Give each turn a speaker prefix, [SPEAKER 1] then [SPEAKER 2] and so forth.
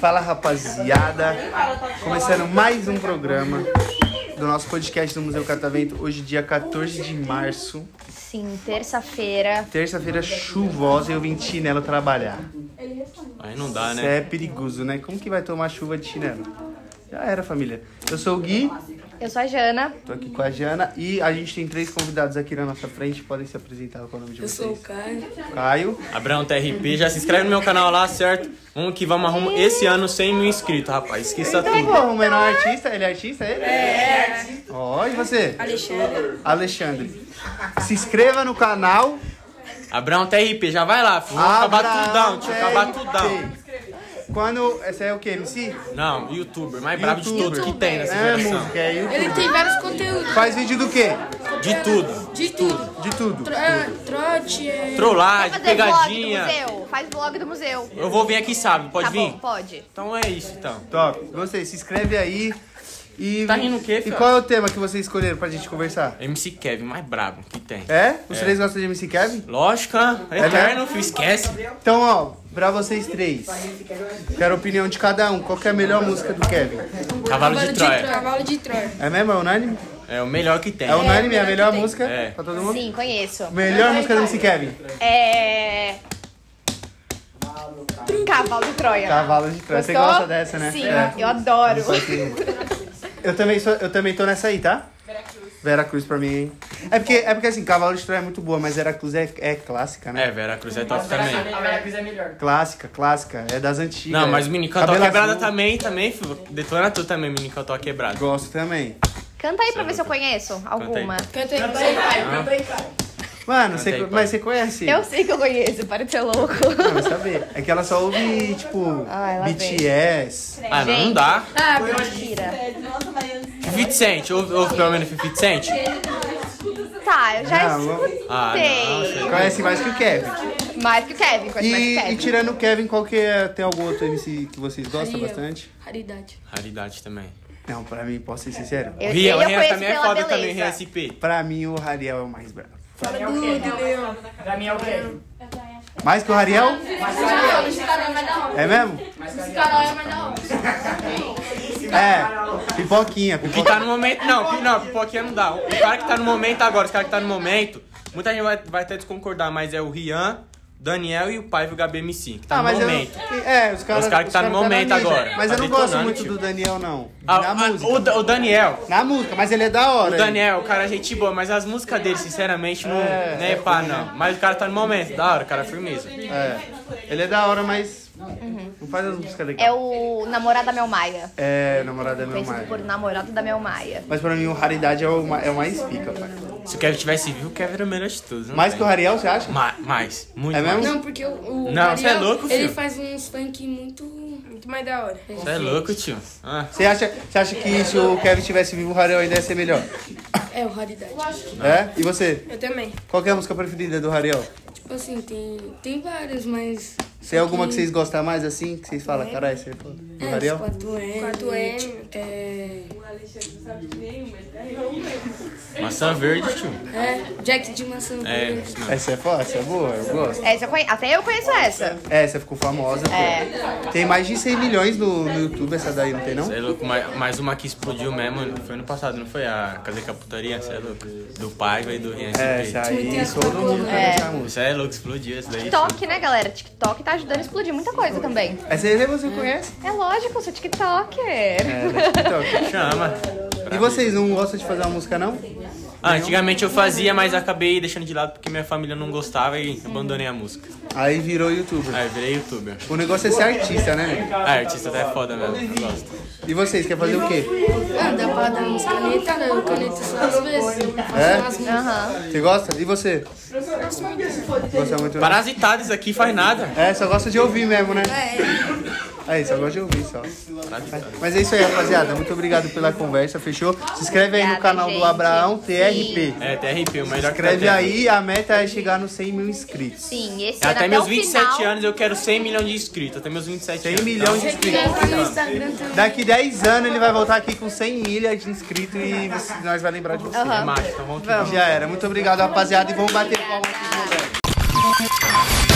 [SPEAKER 1] Fala rapaziada, começando mais um programa do nosso podcast do Museu Catavento, hoje dia 14 de março,
[SPEAKER 2] Sim, terça-feira.
[SPEAKER 1] terça-feira chuvosa e eu vim de chinelo trabalhar.
[SPEAKER 3] Aí não dá,
[SPEAKER 1] Isso
[SPEAKER 3] né?
[SPEAKER 1] é perigoso, né? Como que vai tomar chuva de chinelo? Já era, família. Eu sou o Gui,
[SPEAKER 2] Eu sou a Jana.
[SPEAKER 1] tô aqui com a Jana e a gente tem três convidados aqui na nossa frente, podem se apresentar com o nome de
[SPEAKER 4] Eu
[SPEAKER 1] vocês.
[SPEAKER 4] sou o Caio.
[SPEAKER 1] Caio,
[SPEAKER 3] Abraão TRP, já se inscreve no meu canal lá, certo? Vamos que vamos arrumar esse ano 100 mil inscritos, rapaz. Esqueça
[SPEAKER 1] então
[SPEAKER 3] tudo.
[SPEAKER 1] vamos, o menor artista, ele é artista, ele? É. Ó, e você?
[SPEAKER 4] Alexandre.
[SPEAKER 1] Alexandre. Se inscreva no canal
[SPEAKER 3] Abraão TRP, já vai lá. Vamos acabar
[SPEAKER 1] Abraão
[SPEAKER 3] tudão, tio. Acabar
[SPEAKER 1] TRP.
[SPEAKER 3] tudão.
[SPEAKER 1] Quando. Essa é o que, MC?
[SPEAKER 3] Não, youtuber, mais brabo de
[SPEAKER 1] Youtuber.
[SPEAKER 3] tudo que tem nessa
[SPEAKER 1] É
[SPEAKER 3] geração.
[SPEAKER 1] música, é YouTube.
[SPEAKER 4] Ele tem vários conteúdos.
[SPEAKER 1] Faz vídeo do quê?
[SPEAKER 3] De tudo.
[SPEAKER 4] De tudo.
[SPEAKER 1] De tudo.
[SPEAKER 4] Tro- é, trote, é...
[SPEAKER 2] Vai
[SPEAKER 3] Trollagem,
[SPEAKER 2] fazer vlog do
[SPEAKER 3] pegadinha.
[SPEAKER 2] museu? Faz vlog do museu.
[SPEAKER 3] Eu vou vir aqui sábado, pode
[SPEAKER 2] tá
[SPEAKER 3] vir?
[SPEAKER 2] bom, pode.
[SPEAKER 3] Então é isso, então.
[SPEAKER 1] Top. Gostei, se inscreve aí. E,
[SPEAKER 3] Tá rindo o quê,
[SPEAKER 1] E
[SPEAKER 3] fio?
[SPEAKER 1] qual é o tema que vocês escolheram pra gente conversar?
[SPEAKER 3] MC Kevin, mais brabo que tem.
[SPEAKER 1] É? Os três gostam de MC Kevin?
[SPEAKER 3] Lógica,
[SPEAKER 1] mesmo?
[SPEAKER 3] eterno, filho, esquece.
[SPEAKER 1] Então, ó, pra vocês três. Quero a opinião de cada um. Qual que é a melhor música do Kevin?
[SPEAKER 3] Cavalo de Troia.
[SPEAKER 4] Cavalo de Troia.
[SPEAKER 1] É mesmo? É unânime?
[SPEAKER 3] É o melhor que tem.
[SPEAKER 1] É unânime? É a melhor música?
[SPEAKER 3] É.
[SPEAKER 1] Pra todo mundo?
[SPEAKER 2] Sim, conheço.
[SPEAKER 1] Melhor música do MC Kevin?
[SPEAKER 2] É. Cavalo de Troia.
[SPEAKER 1] Cavalo de Troia. Você
[SPEAKER 2] Gostou?
[SPEAKER 1] gosta dessa, né?
[SPEAKER 2] Sim,
[SPEAKER 1] É.
[SPEAKER 2] eu adoro.
[SPEAKER 1] Eu também, sou, eu também tô nessa aí, tá? Veracruz. Veracruz pra mim, hein? É porque, é porque assim, Cavalo de Troia é muito boa, mas Veracruz é, é clássica, né?
[SPEAKER 3] É, Vera Cruz é top também.
[SPEAKER 1] Clássica, clássica. É das antigas.
[SPEAKER 3] É. Não, mas o Minicotó
[SPEAKER 1] Cabelo
[SPEAKER 3] quebrada tá-
[SPEAKER 1] azul.
[SPEAKER 3] também, também, filho. Detona tu também, Minicotó quebrado.
[SPEAKER 1] Gosto também.
[SPEAKER 2] Canta aí pra ver se eu conheço alguma.
[SPEAKER 4] Canta aí. Canta aí.
[SPEAKER 1] Mano,
[SPEAKER 3] Canta
[SPEAKER 1] você-
[SPEAKER 3] aí, pai.
[SPEAKER 1] mas você conhece?
[SPEAKER 2] Eu sei que eu conheço, para de ser louco.
[SPEAKER 1] Não, vai saber. É que ela só ouve, tipo,
[SPEAKER 2] Ah, ela
[SPEAKER 1] BTS.
[SPEAKER 3] Ah, não, não
[SPEAKER 2] Gente.
[SPEAKER 3] dá.
[SPEAKER 4] Ah,
[SPEAKER 2] Mentira.
[SPEAKER 3] 50 Cent, ouve, ouve pelo menos 50 Cent?
[SPEAKER 2] Tá, eu já
[SPEAKER 1] Não,
[SPEAKER 2] escutei.
[SPEAKER 3] Ah, não. sei.
[SPEAKER 1] Conhece mais que o Kevin.
[SPEAKER 2] Mais que o Kevin, conheço mais que o
[SPEAKER 1] E,
[SPEAKER 2] Kevin.
[SPEAKER 1] e tirando o Kevin, qual que é? Tem algum outro MC que vocês gostam
[SPEAKER 4] Ariel.
[SPEAKER 1] bastante?
[SPEAKER 4] Raridade.
[SPEAKER 3] Raridade também.
[SPEAKER 1] Não, pra mim, posso ser sincero.
[SPEAKER 2] Eu,
[SPEAKER 3] Rian,
[SPEAKER 2] eu
[SPEAKER 3] o Rian
[SPEAKER 2] conheço
[SPEAKER 3] também é
[SPEAKER 2] pela
[SPEAKER 3] foda
[SPEAKER 2] beleza.
[SPEAKER 3] também, Rian SP.
[SPEAKER 1] Pra mim, o Rariel é o mais bravo.
[SPEAKER 4] Fala do de Leão.
[SPEAKER 1] Mais que o Rariel? É mesmo? É, pipoquinha,
[SPEAKER 3] Que
[SPEAKER 1] pipoquinha.
[SPEAKER 3] tá no momento, não, que, não, pipoquinha não dá. O cara que tá no momento agora, os caras que tá no momento, muita gente vai, vai até desconcordar, mas é o Rian, Daniel e o pai do HBMC, que tá
[SPEAKER 1] Ah,
[SPEAKER 3] no
[SPEAKER 1] mas eu,
[SPEAKER 3] momento.
[SPEAKER 1] é, os caras
[SPEAKER 3] Os cara que tá no
[SPEAKER 1] na mídia.
[SPEAKER 3] momento agora.
[SPEAKER 1] Mas
[SPEAKER 3] Tá
[SPEAKER 1] eu não gosto
[SPEAKER 3] detonando,
[SPEAKER 1] muito
[SPEAKER 3] tio.
[SPEAKER 1] do Daniel, não.
[SPEAKER 3] Ah,
[SPEAKER 1] Na
[SPEAKER 3] ah,
[SPEAKER 1] música.
[SPEAKER 3] o, Da- o Daniel.
[SPEAKER 1] Na música, mas ele é da hora.
[SPEAKER 3] O
[SPEAKER 1] hein?
[SPEAKER 3] Daniel, o cara é gente boa, mas as músicas dele, sinceramente, não
[SPEAKER 1] É,
[SPEAKER 3] é,
[SPEAKER 1] é
[SPEAKER 3] pá, não. Mas o cara tá no momento, da hora, cara, firmeza.
[SPEAKER 1] É. Ele é da hora, mas não faz as músicas
[SPEAKER 2] É
[SPEAKER 1] legais.
[SPEAKER 2] o namorado da Mel Maia.
[SPEAKER 1] É, namorada é meu
[SPEAKER 2] Conhecido por
[SPEAKER 1] mar.
[SPEAKER 2] namorado da Mel Maia.
[SPEAKER 1] Mas pra mim, o Raridade é o, ma- é o mais pica, pai.
[SPEAKER 3] Se o Kevin tivesse vivo, o Kevin era o melhor de todos. não
[SPEAKER 1] Mais
[SPEAKER 3] tem.
[SPEAKER 1] que o Rariel, você acha?
[SPEAKER 3] Ma mais, muito
[SPEAKER 1] É mesmo?
[SPEAKER 3] mais.
[SPEAKER 4] Não, porque o, o
[SPEAKER 3] Não,
[SPEAKER 4] Ariel,
[SPEAKER 3] cê é louco, filho.
[SPEAKER 4] ele faz uns funk muito, muito mais da hora.
[SPEAKER 3] Você é louco, tio. Ah,
[SPEAKER 1] Você acha, você acha que se o Kevin tivesse vivo, o Rariel ainda ia ser melhor?
[SPEAKER 4] É, o Raridade.
[SPEAKER 1] É? E você?
[SPEAKER 4] Eu também.
[SPEAKER 1] Qual que é a música preferida do Rariel?
[SPEAKER 4] Tipo assim, tem, tem várias, mas...
[SPEAKER 1] Tem alguma que vocês gostam mais assim? Que vocês falam, caralho, você é foda. Do
[SPEAKER 4] É,
[SPEAKER 1] Rariel?
[SPEAKER 4] 4M. 4M. É...
[SPEAKER 3] maçã verde, tio.
[SPEAKER 4] É, Jack de maçã.
[SPEAKER 3] É,
[SPEAKER 4] verde.
[SPEAKER 3] isso mesmo.
[SPEAKER 1] Essa é foda, essa é boa, eu gosto. É,
[SPEAKER 2] Essa eu conhe- Até eu conheço essa.
[SPEAKER 1] Essa ficou famosa. pô.
[SPEAKER 2] É.
[SPEAKER 1] Tem mais de 100 milhões no, no YouTube, essa daí, não tem não?
[SPEAKER 3] Cê é louco, mais, mais uma que explodiu mesmo, foi ano passado, não foi? A Casa que a Putaria, você é louco. Do pai e do Rian.
[SPEAKER 1] É,
[SPEAKER 3] SP.
[SPEAKER 1] essa aí, todo mundo conhece essa música.
[SPEAKER 3] Você é louco, explodiu essa daí.
[SPEAKER 2] TikTok, né, galera? TikTok tá ajudando a explodir muita coisa também.
[SPEAKER 1] Essa aí você conhece?
[SPEAKER 2] É lógico, eu sou TikToker.
[SPEAKER 1] É, no TikTok.
[SPEAKER 3] tio. Chama.
[SPEAKER 1] E vocês não gostam de fazer uma música, não?
[SPEAKER 3] Ah, antigamente eu fazia, mas acabei deixando de lado porque minha família não gostava e abandonei a música.
[SPEAKER 1] Aí virou youtuber.
[SPEAKER 3] Ah, eu virei youtuber.
[SPEAKER 1] O negócio é ser artista, né?
[SPEAKER 3] Ah, artista até é foda mesmo, eu gosto.
[SPEAKER 1] E vocês, quer fazer o quê?
[SPEAKER 4] Ah, dá pra dar uns caneta, né? Eu caneta só às vezes.
[SPEAKER 1] É?
[SPEAKER 4] Faço umas
[SPEAKER 2] Aham.
[SPEAKER 1] Você gosta? E você? Gosta muito. né? não?
[SPEAKER 3] Parasitado isso aqui faz nada.
[SPEAKER 1] É, só gosta de ouvir mesmo, né?
[SPEAKER 4] É,
[SPEAKER 1] Aí, só gosto de ouvir só. Mas é isso aí, rapaziada. Muito obrigado pela conversa, fechou? Se inscreve aí no
[SPEAKER 2] Obrigada,
[SPEAKER 1] canal do
[SPEAKER 2] gente.
[SPEAKER 1] Abraão TRP.
[SPEAKER 2] Sim.
[SPEAKER 3] É, TRP, o melhor
[SPEAKER 1] Se
[SPEAKER 3] que
[SPEAKER 1] inscreve
[SPEAKER 3] tá tendo.
[SPEAKER 1] aí, a meta é chegar nos 100 mil inscritos.
[SPEAKER 2] Sim, esse ano
[SPEAKER 3] Até, tá meus
[SPEAKER 2] é o
[SPEAKER 3] 27
[SPEAKER 2] final,
[SPEAKER 3] anos eu quero 100 milhões de inscritos. Até meus 27
[SPEAKER 1] 100
[SPEAKER 3] anos.
[SPEAKER 1] milhões de
[SPEAKER 3] Então,
[SPEAKER 1] inscritos.
[SPEAKER 4] no Instagram também.
[SPEAKER 1] Daqui 10 anos ele vai voltar aqui com 100 milhas de inscritos e você- nós vai lembrar de você.
[SPEAKER 3] É Tá macho, então vamos que
[SPEAKER 1] Já era. Muito obrigado, rapaziada. E vamos bater palmas. aqui.